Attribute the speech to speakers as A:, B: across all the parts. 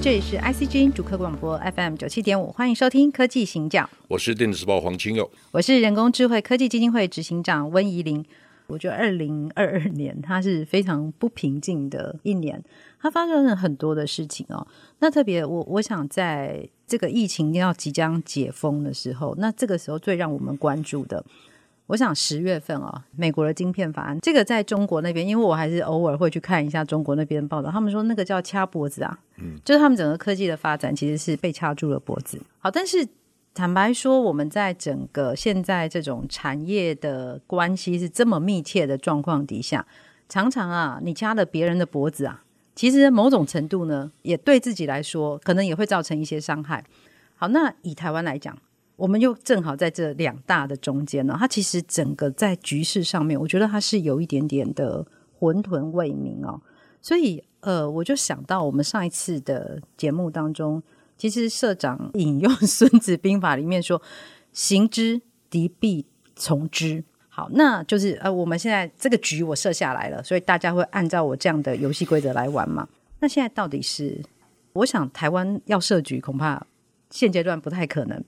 A: 这里是 ICG 主客广播 FM 九七点五，欢迎收听科技行脚，
B: 我是电子时报黄清佑。
A: 我是人工智慧科技基金会执行长温怡玲。我觉得二零二二年它是非常不平静的一年，它发生了很多的事情哦。那特别我我想在这个疫情要即将解封的时候，那这个时候最让我们关注的，我想十月份哦，美国的晶片法案，这个在中国那边，因为我还是偶尔会去看一下中国那边的报道，他们说那个叫掐脖子啊，嗯，就是他们整个科技的发展其实是被掐住了脖子。好，但是坦白说，我们在整个现在这种产业的关系是这么密切的状况底下，常常啊，你掐了别人的脖子啊，其实某种程度呢，也对自己来说，可能也会造成一些伤害。好，那以台湾来讲，我们又正好在这两大的中间呢，它其实整个在局势上面，我觉得它是有一点点的混沌未明哦。所以，呃，我就想到我们上一次的节目当中，其实社长引用《孙子兵法》里面说：“行之，敌必从之。”好，那就是呃，我们现在这个局我设下来了，所以大家会按照我这样的游戏规则来玩嘛。那现在到底是，我想台湾要设局，恐怕现阶段不太可能。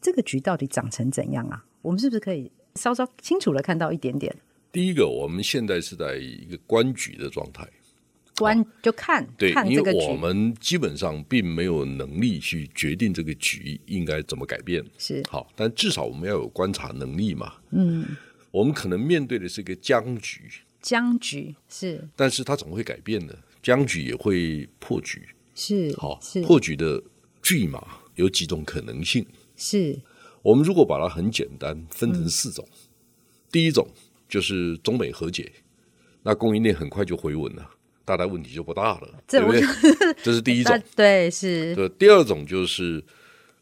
A: 这个局到底长成怎样啊？我们是不是可以稍稍清楚的看到一点点？
B: 第一个，我们现在是在一个观局的状态，
A: 关就看
B: 哦对
A: 看，
B: 因
A: 这个
B: 为我
A: 局
B: 们基本上并没有能力去决定这个局应该怎么改变。
A: 是
B: 好，但至少我们要有观察能力嘛。嗯，我们可能面对的是一个僵局，
A: 僵局，是
B: 但是它总会改变的，僵局也会破局。
A: 是
B: 好
A: 是，
B: 破局的剧码有几种可能性？
A: 是
B: 我们如果把它很简单分成四种，第一种就是中美和解，那供应链很快就回稳了，大家问题就不大了，
A: 这
B: 对不对？这是第一
A: 那
B: 种。
A: 对是
B: 对，第二种就是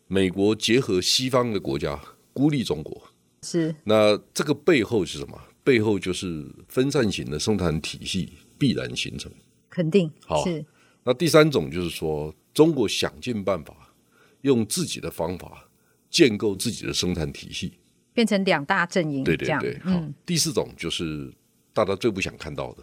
B: 美国结合西方的国家孤立中国，
A: 是
B: 那这个背后是什么？背后就是分散型的生产体系必然形成。
A: 肯定
B: 好
A: 是
B: 那第三种就是说，中国想尽办法用自己的方法建构自己的生产体系。
A: 变成两大阵营，
B: 对
A: 这
B: 对
A: 样
B: 对，好
A: 嗯，
B: 第四种就是大家最不想看到的，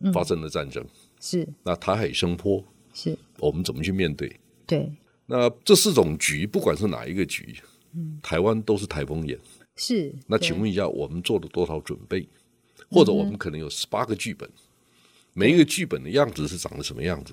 A: 嗯
B: 发生了战争，
A: 是
B: 那台海升坡，
A: 是，
B: 我们怎么去面对？
A: 对
B: 那这四种局，不管是哪一个局，台湾都是台风眼。
A: 是。
B: 那
A: 嗯对嗯
B: 请问一下，我们做了多少准备？或者我们可能有十八个剧本，每一个剧本的样子是长得什么样子？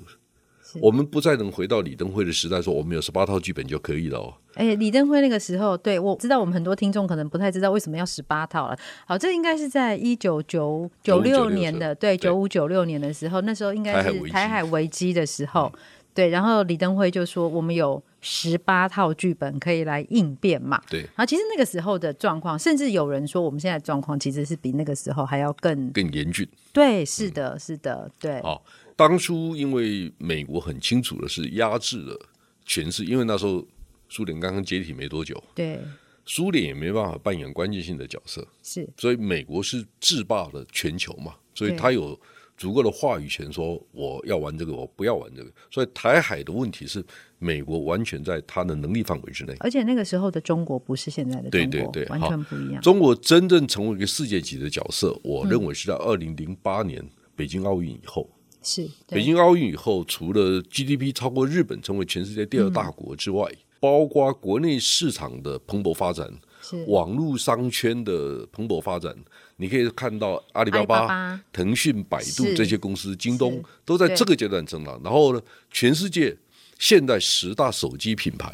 B: 我们不再能回到李登辉的时代，说我们有十八套剧本就可以了哦。
A: 哎，李登辉那个时候，对我知道，我们很多听众可能不太知道为什么要十八套了。好，这应该是在一九九九六
B: 95
A: 年的，
B: 是
A: 对，
B: 对
A: 九五九六年的时候，那时候应该
B: 台海
A: 是
B: 危机嗯
A: 台海危机的时候，对。然后李登辉就说，我们有十八套剧本可以来应变嘛。
B: 对，
A: 然后其实那个时候的状况，甚至有人说，我们现在的状况其实是比那个时候还要更
B: 更严峻。
A: 对，
B: 嗯
A: 是的，是的，对，
B: 啊，当初因为美国很清楚的是压制了全世，因为那时候苏联刚刚解体没多久，
A: 对，
B: 苏联也没办法扮演关键性的角色，
A: 是
B: 所以美国是制霸了全球嘛，所以
A: 对
B: 他有足够的话语权，说我要玩这个，我不要玩这个。所以台海的问题是美国完全在他的能力范围之内。
A: 而且那个时候的中国不是现在的中
B: 对
A: 国，
B: 对对
A: 完
B: 好
A: 全不一样。
B: 中国真正成为一个世界级的角色，我认为是在二零零八年北京奥运以后。
A: 是对
B: 北京奥运以后，除了 GDP 超过日本成为全世界第二大国之外，包括国内市场的蓬勃发展、
A: 是
B: 网络商圈的蓬勃发展，你可以看到阿里
A: 阿
B: 巴
A: 里
B: 巴、
A: 巴巴
B: 腾讯、百度
A: 是
B: 这些公司、京东
A: 是
B: 都在
A: 对
B: 这个阶段增长。然后呢，全世界现在十大手机品牌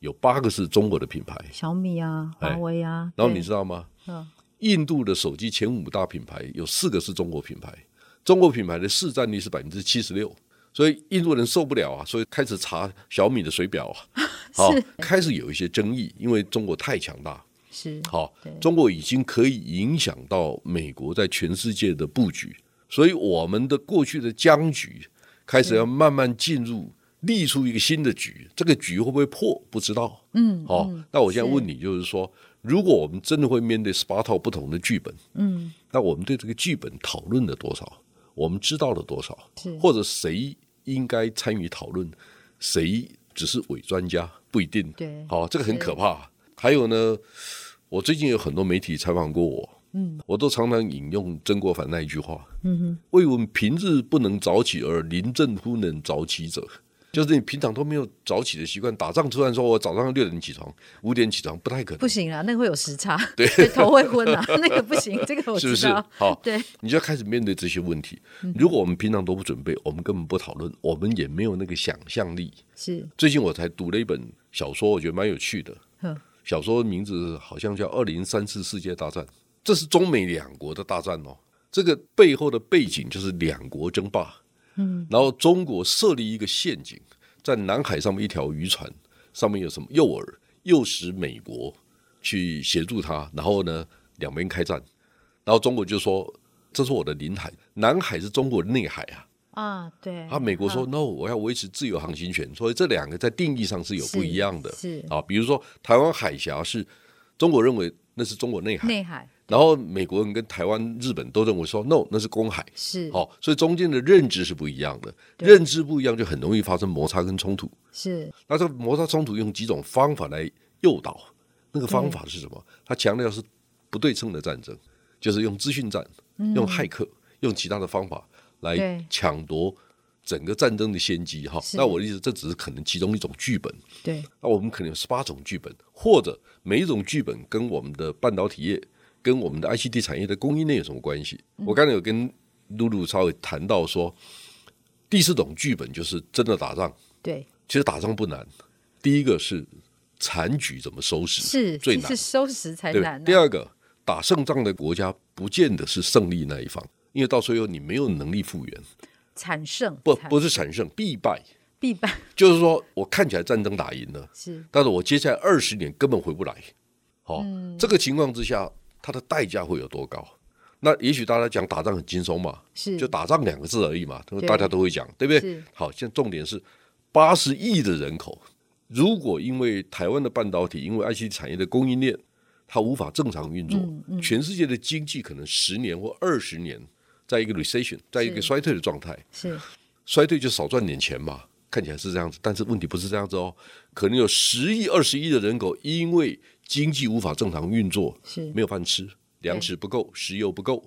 B: 有八个是中国的品牌。
A: 小米啊，
B: 哎
A: 华为啊，
B: 然后
A: 对
B: 你知道吗？
A: 嗯
B: 印度的手机前五大品牌有四个是中国品牌，中国品牌的市占率是百分之七十六，所以印度人受不了啊，所以开始查小米的水表 啊，好、开始有一些争议，因为中国太强大，
A: 是
B: 好、
A: 对
B: 中国已经可以影响到美国在全世界的布局，所以我们的过去的僵局开始要慢慢进入立出一个新的局，这个局会不会破不知道。
A: 嗯，
B: 哦，
A: 嗯
B: 那我现在
A: 是
B: 问你，就是说，如果我们真的会面对十八套不同的剧本，
A: 嗯，
B: 那我们对这个剧本讨论了多少？我们知道了多少
A: 是？
B: 或者谁应该参与讨论？谁只是伪专家？不一定。
A: 对
B: 好、这个很
A: 对
B: 可怕。还有呢，我最近有很多媒体采访过我，嗯，我都常常引用曾国藩那一句话，嗯哼，为我们平日不能早起而临阵忽能早起者。就是你平常都没有早起的习惯，打仗突然说我早上六点起床，五点起床不太可能，
A: 不行啦，那个会有时差，对，头会昏 啊，那个不行，这个我
B: 是不
A: 知
B: 是
A: 道。？ 嗯
B: 好，
A: 对，
B: 你就要开始面对这些问题。如果我们平常都不准备，我们根本不讨论，我们也没有那个想象力。
A: 是，
B: 最近我才读了一本小说，我觉得蛮有趣的。
A: 哼，
B: 小说名字好像叫《二零三次世界大战》，这是中美两国的大战哦。这个背后的背景就是两国争霸，嗯，然后中国设立一个陷阱，在南海上面一条渔船上面有什么诱饵，诱使美国去协助他，然后呢，两边开战，然后中国就说这是我的领海，南海是中国的内海啊，
A: 啊，对，
B: 啊，美国说
A: 好
B: no，我要维持自由航行权，所以这两个在定义上是有不一样的。
A: 是是
B: 啊，比如说台湾海峡是中国认为那是中国内海，
A: 内海
B: 然后美国人跟台湾、日本都认为说 no，那是公海。
A: 是，
B: 好、所以中间的认知是不一样的，
A: 对
B: 认知不一样就很容易发生摩擦跟冲突。
A: 是
B: 那这个摩擦冲突用几种方法来诱导，那个方法是什么？
A: 嗯
B: 他强调是不对称的战争，就是用资讯战、用骇客、用其他的方法来
A: 嗯对
B: 抢夺整个战争的先机。哈，
A: 是
B: 那我的意思，这只是可能其中一种剧本。
A: 对，
B: 那我们可能有十八种剧本，或者每一种剧本跟我们的半导体业、跟我们的 ICT 产业的供应链有什么关系？我刚才有跟露露稍微谈到说，第四种剧本就是真的打仗。
A: 对，
B: 其实打仗不难，第一个是残局怎么收拾
A: 是，
B: 最
A: 其
B: 难
A: 实，收拾才
B: 对不对
A: 难啊。
B: 第二个，打胜仗的国家不见得是胜利那一方，因为到最后你没有能力复原，
A: 惨胜，
B: 不
A: 惨
B: 不是产胜必败，
A: 必败，
B: 就是说我看起来战争打赢了，
A: 是
B: 但是我接下来二十年根本回不来。好、
A: 嗯
B: 这个情况之下，它的代价会有多高？那也许大家讲打仗很轻松嘛，
A: 是
B: 就打仗两个字而已嘛，
A: 对
B: 大家都会讲，对不对
A: 是？
B: 好，现在重点是八十亿的人口，如果因为台湾的半导体，因为 IC 产业的供应链，它无法正常运作，
A: 嗯
B: 全世界的经济可能十年或二十年在一个 recession，在一
A: 是
B: 个衰退的状态，
A: 是
B: 衰退就少赚点钱嘛，看起来是这样子，但是问题不是这样子哦，可能有十亿、二十亿的人口因为经济无法正常运作，
A: 是
B: 没有饭吃，粮食不够，石油不够，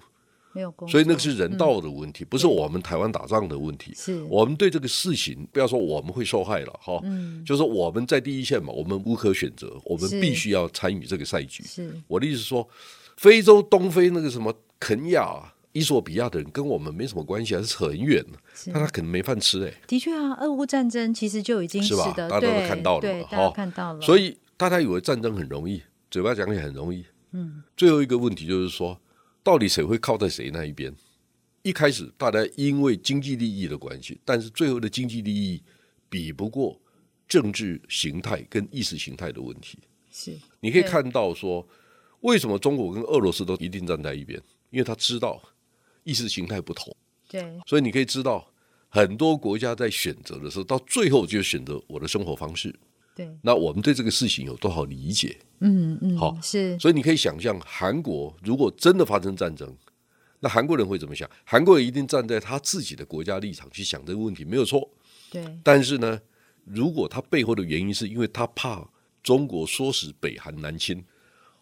A: 没有工作，
B: 所以那个是人道的问题，不是我们台湾打仗的问题。
A: 嗯是
B: 我们对这个事情，不要说我们会受害了哈，就是我们在第一线嘛，我们无可选择，我们
A: 嗯是
B: 必须要参与这个赛局。
A: 是
B: 我的意思是说，非洲东非那个什么肯亚啊、伊索比亚的人跟我们没什么关系，还是扯很远的，
A: 是
B: 但他可能没饭吃哎、
A: 的确啊，俄乌战争其实就已经
B: 是吧？
A: 的，
B: 大家都
A: 对
B: 看到了
A: 对，
B: 嘛，
A: 大家看到了，
B: 所
A: 以
B: 以大家以为战争很容易，嘴巴讲起来很容易。嗯。最后一个问题就是说，到底谁会靠在谁那一边？一开始大家因为经济利益的关系，但是最后的经济利益比不过政治形态跟意识形态的问题。
A: 是
B: 你可以
A: 对
B: 看到说，为什么中国跟俄罗斯都一定站在一边？因为他知道意识形态不同。
A: 对
B: 所以你可以知道，很多国家在选择的时候，到最后就选择我的生活方式。
A: 对，
B: 那我们对这个事情有多少理解？
A: 嗯嗯，
B: 好
A: 是
B: 所以你可以想象，韩国如果真的发生战争，那韩国人会怎么想？韩国人一定站在他自己的国家立场去想这个问题，没有错。
A: 对
B: 但是呢，如果他背后的原因是因为他怕中国唆使北韩南侵，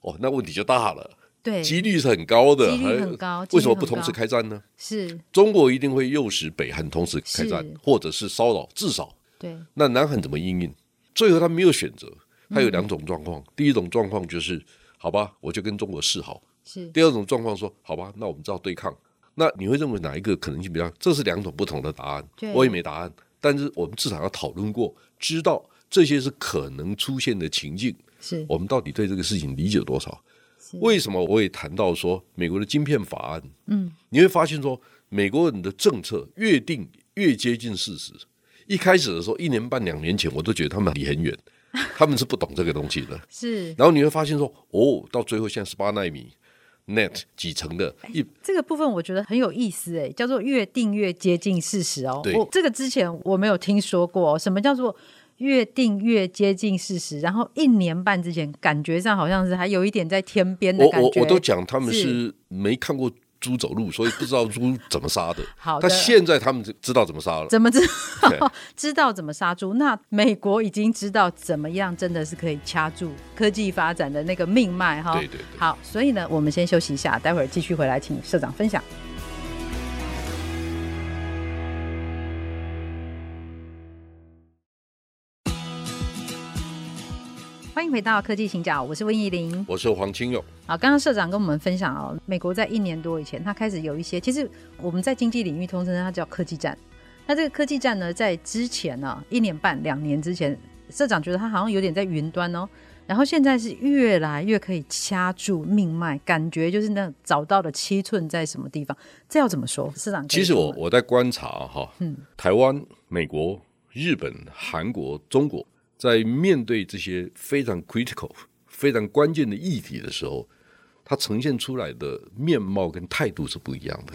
B: 哦，那问题就大了，
A: 对
B: 几率是很高的，
A: 几率很高
B: 还
A: 几率
B: 为什么不
A: 很高
B: 同时开战呢？
A: 是，
B: 中国一定会诱使北韩同时开战
A: 是，
B: 或者是骚扰，至少
A: 对
B: 那南韩怎么应应？最后他没有选择，他有两种状况。第一种状况就是，好吧，我就跟中国示好；
A: 是
B: 第二种状况说，好吧，那我们知道对抗。那你会认为哪一个可能性比较？这是两种不同的答案
A: 对，
B: 我也没答案。但是我们至少要讨论过，知道这些是可能出现的情境，
A: 是
B: 我们到底对这个事情理解多少？
A: 是
B: 为什么我也谈到说美国的晶片法案？
A: 嗯，
B: 你会发现说美国人的政策越定越接近事实。一开始的时候，一年半、两年前，我都觉得他们离 很远，他们是不懂这个东西的。
A: 是
B: 然后你会发现说，哦，到最后现在十八纳米， net 几成的，
A: 哎
B: 一
A: 这个部分我觉得很有意思，哎，叫做越定越接近事实哦。
B: 对
A: 我这个之前我没有听说过、哦，什么叫做越定越接近事实？然后一年半之前，感觉上好像是还有一点在天边的
B: 我
A: 感
B: 我
A: 觉。
B: 我都讲他们
A: 是
B: 是没看过猪走路，所以不知道猪怎么杀的。
A: 好的
B: 但现在他们知道怎么杀了。
A: 怎么知
B: 对
A: 道 知道怎么杀猪？那美国已经知道怎么样，真的是可以掐住科技发展的那个命脉哈。
B: 对对对
A: 好，所以呢，我们先休息一下，待会儿继续回来，请社长分享。欢迎回到科技行脚，我是温怡玲，
B: 我是黄清勇，
A: 好，刚刚社长跟我们分享哦，美国在一年多以前，它开始有一些，其实我们在经济领域通称它叫科技战。那这个科技战呢，在之前呢、一年半、两年之前，社长觉得它好像有点在云端哦，然后现在是越来越可以掐住命脉，感觉就是那找到了七寸在什么地方，这要怎么说？社长可以
B: 其实我
A: 跟们
B: 我在观察哈，台湾、美国、日本、韩国、中国在面对这些非常 critical、非常关键的议题的时候，它呈现出来的面貌跟态度是不一样的。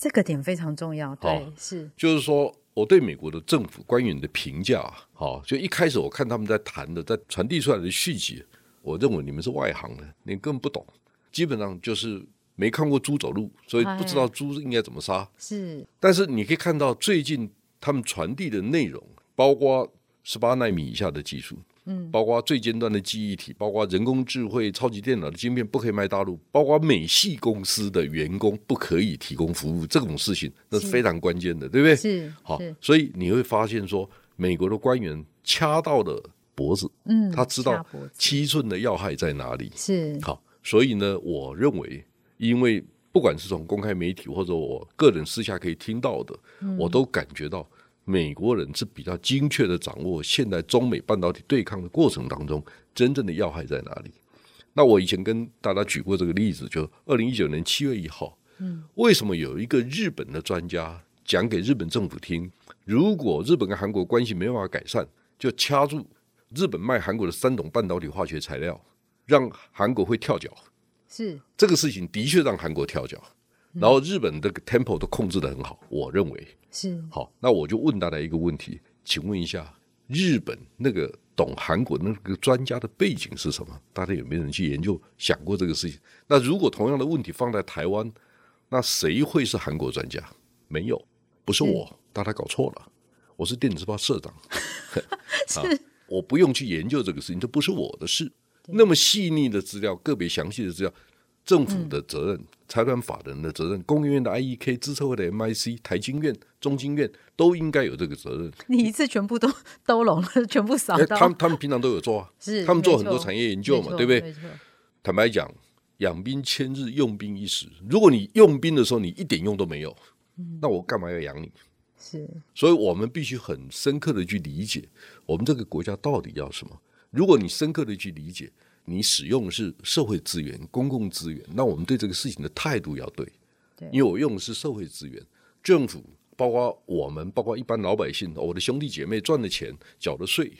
A: 这个点非常重要，对
B: 好，
A: 是
B: 就是说我对美国的政府官员的评价啊，好、就一开始我看他们在谈的，在传递出来的续集，我认为你们是外行的，你根本不懂，基本上就是没看过猪走路，所以不知道猪应该怎么杀。
A: 是，
B: 但是你可以看到最近他们传递的内容，包括十八纳米以下的技术，嗯，包括最尖端的记忆体，包括人工智慧、超级电脑的晶片不可以卖大陆，包括美系公司的员工不可以提供服务，这种事情那是非常关键的，对不对？
A: 是
B: 好
A: 是，
B: 所以你会发现说，美国的官员掐到了脖子，
A: 嗯，
B: 他知
A: 下
B: 道
A: 脖子
B: 七寸的要害在哪里，
A: 是
B: 好，所以呢，我认为，因为不管是从公开媒体或者我个人私下可以听到的，我都感觉到美国人是比较精确的掌握现在中美半导体对抗的过程当中真正的要害在哪里。那我以前跟大家举过这个例子，就二零一九年七月一号，嗯，为什么有一个日本的专家讲给日本政府听，如果日本跟韩国关系没办法改善，就掐住日本卖韩国的三种半导体化学材料，让韩国会跳脚。
A: 是
B: 这个事情的确让韩国跳脚，然后日本的 tempo 都控制得很好，我认为。
A: 是
B: 好，那我就问大家一个问题，请问一下，日本那个懂韩国那个专家的背景是什么？大家有没有人去研究想过这个事情？那如果同样的问题放在台湾，那谁会是韩国专家？没有，不是我，大家搞错了，我是电子报社长。啊
A: 是
B: 我不用去研究这个事情，这不是我的事。那么细腻的资料、个别详细的资料，政府的责任、财团法人的责任、工研院的 IEK、资策会的 MIC、台经院、中经院都应该有这个责任。
A: 你一次全部都 都拢了，全部扫
B: 哎
A: 到。
B: 他们他们平常都有做啊，
A: 哦 是
B: 他们做很
A: 没
B: 多
A: 错
B: 产业研究
A: 没
B: 嘛，
A: 错
B: 对不对？
A: 没错
B: 坦白讲，养兵千日，用兵一时。如果你用兵的时候你一点用都没有，
A: 嗯
B: 那我干嘛要养你？
A: 是
B: 所以我们必须很深刻的去理解我们这个国家到底要什么。如果你深刻的去理解，你使用的是社会资源、公共资源，那我们对这个事情的态度要对。
A: 对
B: 因为我用的是社会资源，政府包括我们，包括一般老百姓，哦我的兄弟姐妹赚的钱、缴的税，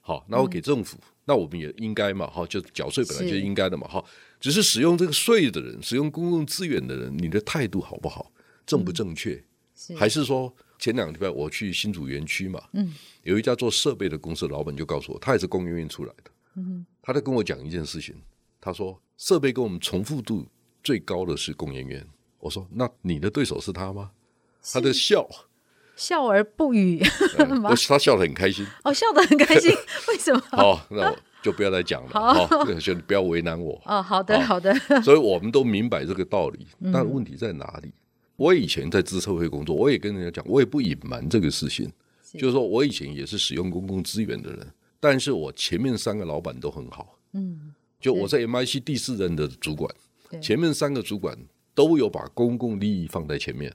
B: 好，那我给政府，那我们也应该嘛，哈，就缴税本来就是应该的嘛，哈。只是使用这个税的人，使用公共资源的人，你的态度好不好，正不正确？
A: 是
B: 还是说前两个礼拜我去新竹园区嘛，嗯，有一家做设备的公司的老板就告诉我，他也是工研院出来的，嗯，他在跟我讲一件事情，他说设备跟我们重复度最高的是工研院，我说那你的对手是他吗？他在 笑，
A: 笑而不语，
B: 呃我他笑得很开 心，
A: 哦，笑得很开 心，为什么？
B: 好，那我就不要再讲了，好，这个就不要为难我，
A: 哦，好的，
B: 好嗯
A: 好的，
B: 所以我们都明白这个道理。但问题在哪里？我以前在资策会工作，我也跟人家讲，我也不隐瞒这个事情，就是说我以前也是使用公共资源的人，但是我前面三个老板都很好，
A: 嗯，
B: 就我在 MIC 第四任的主管
A: 对，
B: 前面三个主管都有把公共利益放在前面，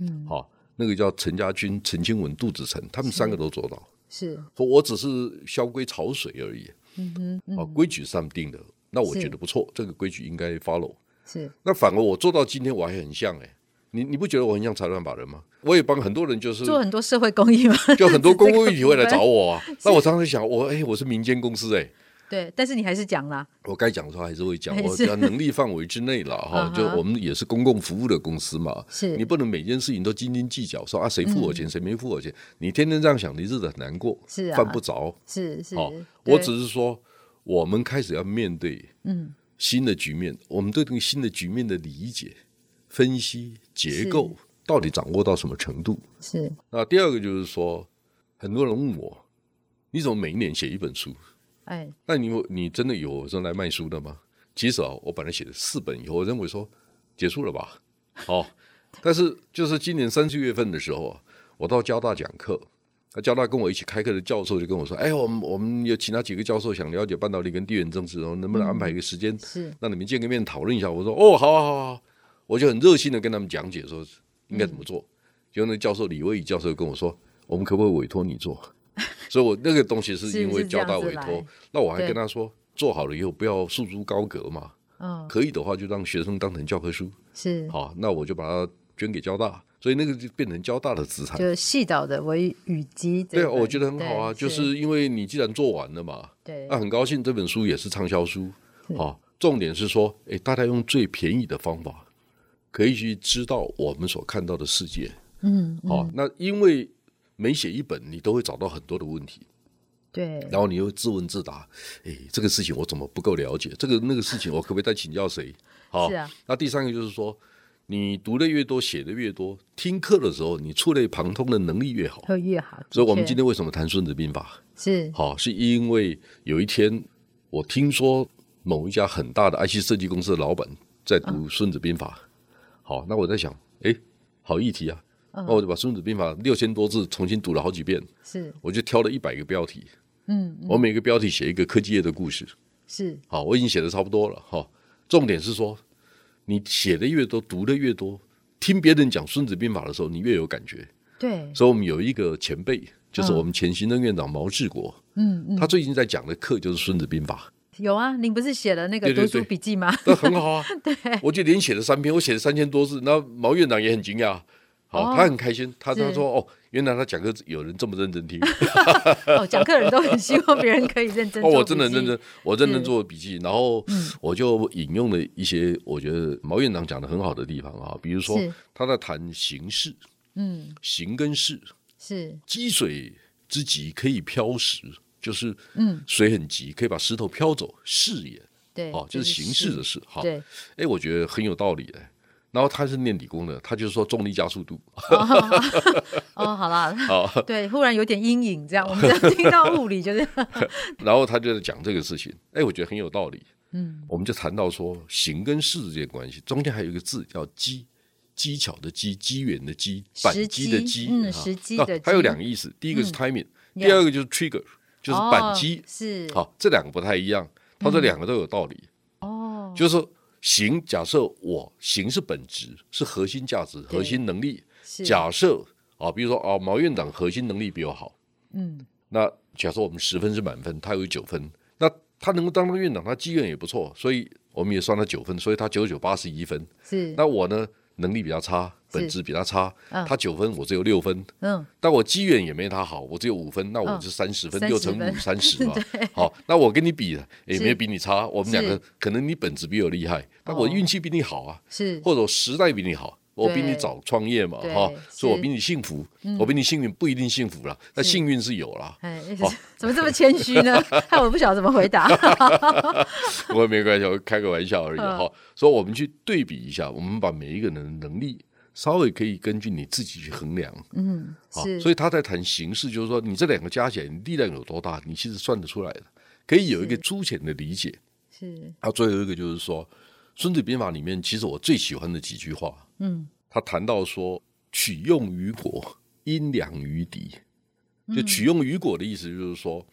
B: 嗯，好、那个叫陈家军、陈清文、杜子成，他们三个都做到。
A: 是
B: 说我只是萧规潮水而已，嗯哼，啊，规矩是他们定的，那我
A: 是
B: 觉得不错，这个规矩应该 follow。
A: 是
B: 那反而我做到今天，我还很像哎、你你不觉得我很像财团法人吗？我也帮很多人，就是
A: 做很多社会公益嘛，
B: 就很多公共议
A: 议
B: 题会来找
A: 我，
B: 我啊。那我常常想，我哎、我是民间公司哎、
A: 对，但是你还是讲啦，
B: 我该讲的话还是会讲，
A: 还
B: 我
A: 是
B: 讲能力范围之内了
A: 啊
B: 哈。
A: 哈
B: 就我们也是公共服务的公司嘛，
A: 是嗯
B: 你不能每件事情都斤斤计较，说啊谁付我钱，谁没付我钱，你天天这样想，你日子很难过，
A: 是啊
B: 犯不着。
A: 是是，
B: 好，
A: 对
B: 我只是说，我们开始要面对
A: 嗯
B: 新的局面，我们对这个新的局面的理解、分析、结
A: 是
B: 构到底掌握到什么程度？
A: 是
B: 那第二个就是说，很多人问我，你怎么每一年写一本书？
A: 哎
B: 那你有你真的有人来卖书的吗？其实啊，我本来写了四本，以后我认为说结束了吧，哦， 但是就是今年三四月份的时候啊，我到交大讲课，那交大跟我一起开课的教授就跟我说，哎，我们我们有其他几个教授想了解半导体跟地缘政治，然后能不能安排一个时间，
A: 是
B: 让你们见个面讨论一下？我说哦，好啊好啊好啊，我就很热心的跟他们讲解说应该怎么做。结果那教授李威宇教授跟我说，我们可不可以委托你做？ 所以我那个东西是因为交大委
A: 是是这样子
B: 托
A: 来，
B: 那我还
A: 对
B: 跟他说，做好了以后不要束之高阁嘛，
A: 嗯
B: 可以的话就让学生当成教科书。
A: 是，
B: 好，那我就把它捐给交大，所以那个就变成交大的资产。
A: 就细导的为语集这
B: 对
A: 一
B: 啊，
A: 本，
B: 我觉得很好啊，
A: 对
B: 就是啊因为你既然做完了嘛，
A: 对
B: 那很高兴这本书也是畅销书。好、重点是说，诶，大家用最便宜的方法，可以去知道我们所看到的世界。
A: 嗯
B: 好、那因为每写一本，你都会找到很多的问题，
A: 对
B: 然后你又自问自答，诶，这个事情我怎么不够了解？这个那个事情我可不可以再请教谁？好、
A: 是啊
B: 那第三个就是说，你读的越多，写的越多，听课的时候你触类旁通的能力越好。
A: 会越好。的
B: 所以，我们
A: 确
B: 今天为什么谈《孙子兵法》？
A: 是
B: 好，是因为有一天我听说某一家很大的 IC 设计公司的老板在读《孙子兵法》
A: 啊
B: 好，那我在想，哎，好议题啊，
A: 嗯
B: 那我就把《孙子兵法》六千多字重新读了好几遍，
A: 是
B: 我就挑了一百个标题，
A: 嗯
B: 我每个标题写一个科技业的故事。
A: 是
B: 好，我已经写的差不多了哈、重点是说，你写的越多，读的越多，听别人讲《孙子兵法》的时候，你越有感觉。
A: 对
B: 所以我们有一个前辈，就是我们前行政院长毛治国，
A: 嗯嗯
B: 他最近在讲的课就是《孙子兵法》，
A: 有啊，您不是写了那个
B: 对对
A: 读书
B: 对
A: 笔记吗？
B: 那很好 啊。对，我就连写了三篇，我写了三千多字，那毛院长也很惊讶。好，
A: 哦
B: 他很开心，他
A: 是
B: 他说哦，原来他讲课有人这么认 真听，
A: 哦，讲课人都很希望别人可以认真
B: 哦，
A: 做
B: 我真的
A: 笔
B: 认
A: 记
B: 真，我认真
A: 是嗯
B: 做笔记，然后我就引用了一些我觉得毛院长讲的很好的地方啊，比如说
A: 是
B: 他在谈形势，
A: 嗯
B: 形跟势，
A: 是
B: 积水之急可以漂石，就是
A: 嗯
B: 水很急，可以把石头漂走，势也
A: 对
B: 哦，就是形势的
A: 事
B: 势哈。
A: 对
B: 哎，我觉得很有道理的。然后他是念理工的，他就是说重力加速度，
A: 哦， 好啦，
B: 好，
A: 对，忽然有点阴影，这样我们这样听到物理就是
B: 然后他就在讲这个事情，哎，我觉得很有道理。
A: 嗯，
B: 我们就谈到说形跟势之间的关系，中间还有一个字叫机，技巧的机，机缘的机，扳
A: 时
B: 机的
A: 机
B: 机，
A: 嗯
B: 啊
A: 时机
B: 那
A: 的
B: 还有
A: 机
B: 两个意思，第一个是 timing，、第
A: yeah
B: 二个就是 trigger，就是扳机
A: 哦。是嗯
B: 好、这两个不太一样，他说两个都有道理，
A: 哦，
B: 就是说形，假设我形是本质，是核心价值、核心能力。
A: 是
B: 假设啊，比如说啊，毛院长核心能力比我好，
A: 嗯
B: 那假设我们十分是满分，他有九分，那他能够当上院长，他积怨也不错，所以我们也算他九分，所以他九九八十一分。
A: 是
B: 那我呢，能力比较差，
A: 是
B: 本质比他差，
A: 嗯
B: 他九分，我只有六分，
A: 嗯
B: 但我积怨也没他好，我只有五分，那我就三十分，
A: 30
B: 六乘五
A: 嗯分
B: 三十嘛。 好，那我跟你比也
A: 是
B: 没有比你差，我们两个
A: 是哦
B: 可能你本质比我厉害，但我运气比你好啊，
A: 是
B: 或者我时代比你好。我比你
A: 对
B: 早创业嘛，
A: 对
B: 哈，所以我
A: 是嗯
B: 比你幸福，我比你幸运不一定幸福啦，但
A: 是
B: 幸运是有啦，
A: 哎
B: 好，
A: 怎么这么谦虚 呢？害我不晓得怎么回答。
B: 我也没关系，我开个玩笑而已
A: 嗯
B: 哈。所以我们去对比一下，我们把每一个人的能力稍微可以根据你自己去衡量
A: 嗯，
B: 啊
A: 是，。
B: 所
A: 以
B: 以他在谈形式，就是说你这两个加起来，你力量有多大，你其实算得出来的，可以有一个
A: 是
B: 粗浅的理解。
A: 是
B: 那最后一个就是说，《孙子兵法》里面其实我最喜欢的几句话，
A: 嗯，
B: 他谈到说取用于国，因粮于敌。
A: 嗯
B: 就取用于国的意思就是说，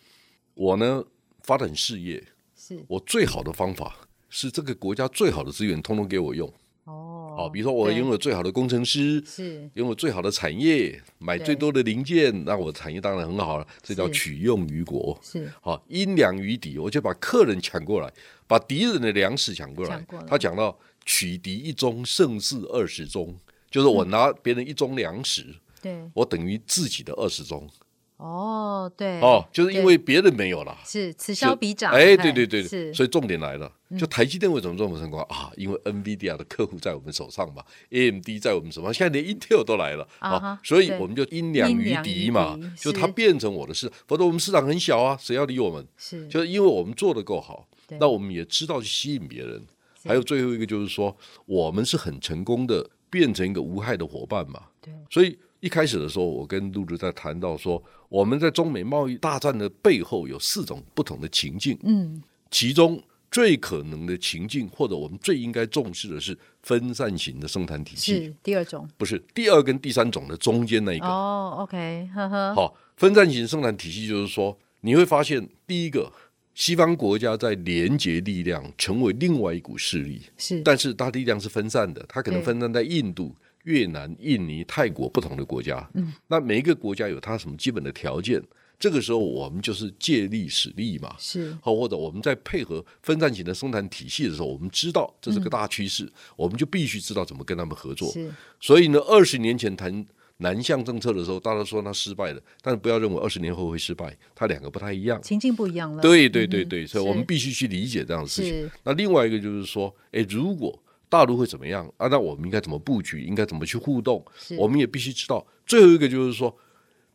B: 我呢发展事业，
A: 是
B: 我最好的方法是这个国家最好的资源通通给我用。
A: 哦。
B: 好，比如说我
A: 对
B: 拥有最好的工程师，
A: 是
B: 拥有最好的产业，买
A: 对
B: 最多的零件，那我的产业当然很好了，这叫
A: 是
B: 取用于国。
A: 是
B: 好，因粮于敌，我就把客人抢过来，把敌人的粮食抢过来。
A: 抢过来
B: 他讲到取敌一中，胜似二十
A: 嗯
B: 中，就是我拿别人一中粮食，
A: 对
B: 我等于自己的二十中。
A: 哦，对，
B: 哦，就是因
A: 对
B: 为别人没有了。
A: 是此消彼长，
B: 哎，对对对，
A: 是，嗯
B: 所以重点来了，就台积电为什么这么成功啊？因为 NVIDIA 的客户在我们手上嘛，AMD 在我们手上，现在连 Intel 都来了
A: 啊哈
B: 啊，所以
A: 对
B: 我们就阴阳
A: 阴
B: 于
A: 阳于
B: 敌嘛
A: 敌，
B: 就是它变成我的市，否则我们市场很小啊，谁要理我们？
A: 是
B: 就是因为我们做的够好
A: 对，
B: 那我们也知道去吸引别人。还有最后一个就是说，我们是很成功的变成一个无害的伙伴嘛。
A: 对，
B: 所以一开始的时候，我跟露露在谈到说，我们在中美贸易大战的背后有四种不同的情境，
A: 嗯，
B: 其中最可能的情境，或者我们最应该重视的是分散型的生产体系，
A: 是第二种。
B: 不是第二跟第三种的中间那一个。
A: 哦，OK，呵呵，
B: 好，分散型生产体系就是说，你会发现，第一个，西方国家在连结力量，成为另外一股势力，
A: 是，
B: 但是它力量是分散的，它可能
A: 对
B: 分散在印度、越南、印尼、泰国不同的国家。嗯，那每一个国家有它什么基本的条件，这个时候我们就是借力使力嘛。
A: 是
B: 好，或者我们在配合分散型的生产体系的时候，我们知道这是个大趋势，我们就必须知道怎么跟他们合作。
A: 嗯是，
B: 所以呢，二十年前谈南向政策的时候，大家说它失败了，但是不要认为二十年后会失败，它两个不太一样。
A: 情境不一样了。
B: 对对对
A: 嗯
B: 对，所以我们必须去理解这样的事
A: 是
B: 情。那另外一个就是说，诶，如果大陆会怎么样啊？那我们应该怎么布局？应该怎么去互动
A: 是？
B: 我们也必须知道。最后一个就是说，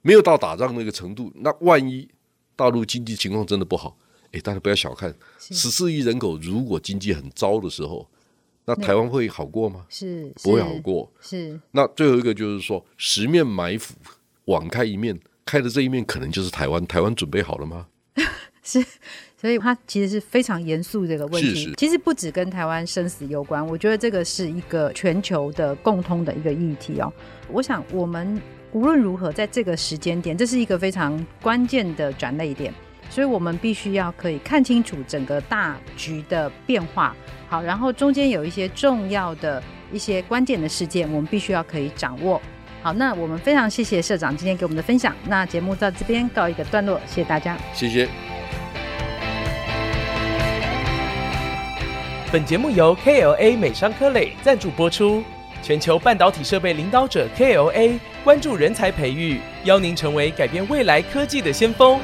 B: 没有到打仗那个程度，那万一大陆经济情况真的不好，诶，大家不要小看十四亿人口，如果经济很糟的时候，那台湾会好过吗？
A: 是
B: 不会
A: 是
B: 好过。
A: 是
B: 那最后一个就是说，十面埋伏，网开一面，开的这一面可能就是台湾。台湾准备好了吗？
A: 所以它其实是非常严肃这个问题。
B: 是是
A: 其实不只跟台湾生死攸关，我觉得这个是一个全球的共通的一个议题哦。我想我们无论如何，在这个时间点，这是一个非常关键的转捩点，所以我们必须要可以看清楚整个大局的变化。好，然后中间有一些重要的一些关键的事件，我们必须要可以掌握。好，那我们非常谢谢社长今天给我们的分享。那节目到这边告一个段落，谢谢大家。
B: 谢谢。
C: 本节目由 KLA 美商科磊赞助播出。全球半导体设备领导者 KLA 关注人才培育，邀您成为改变未来科技的先锋。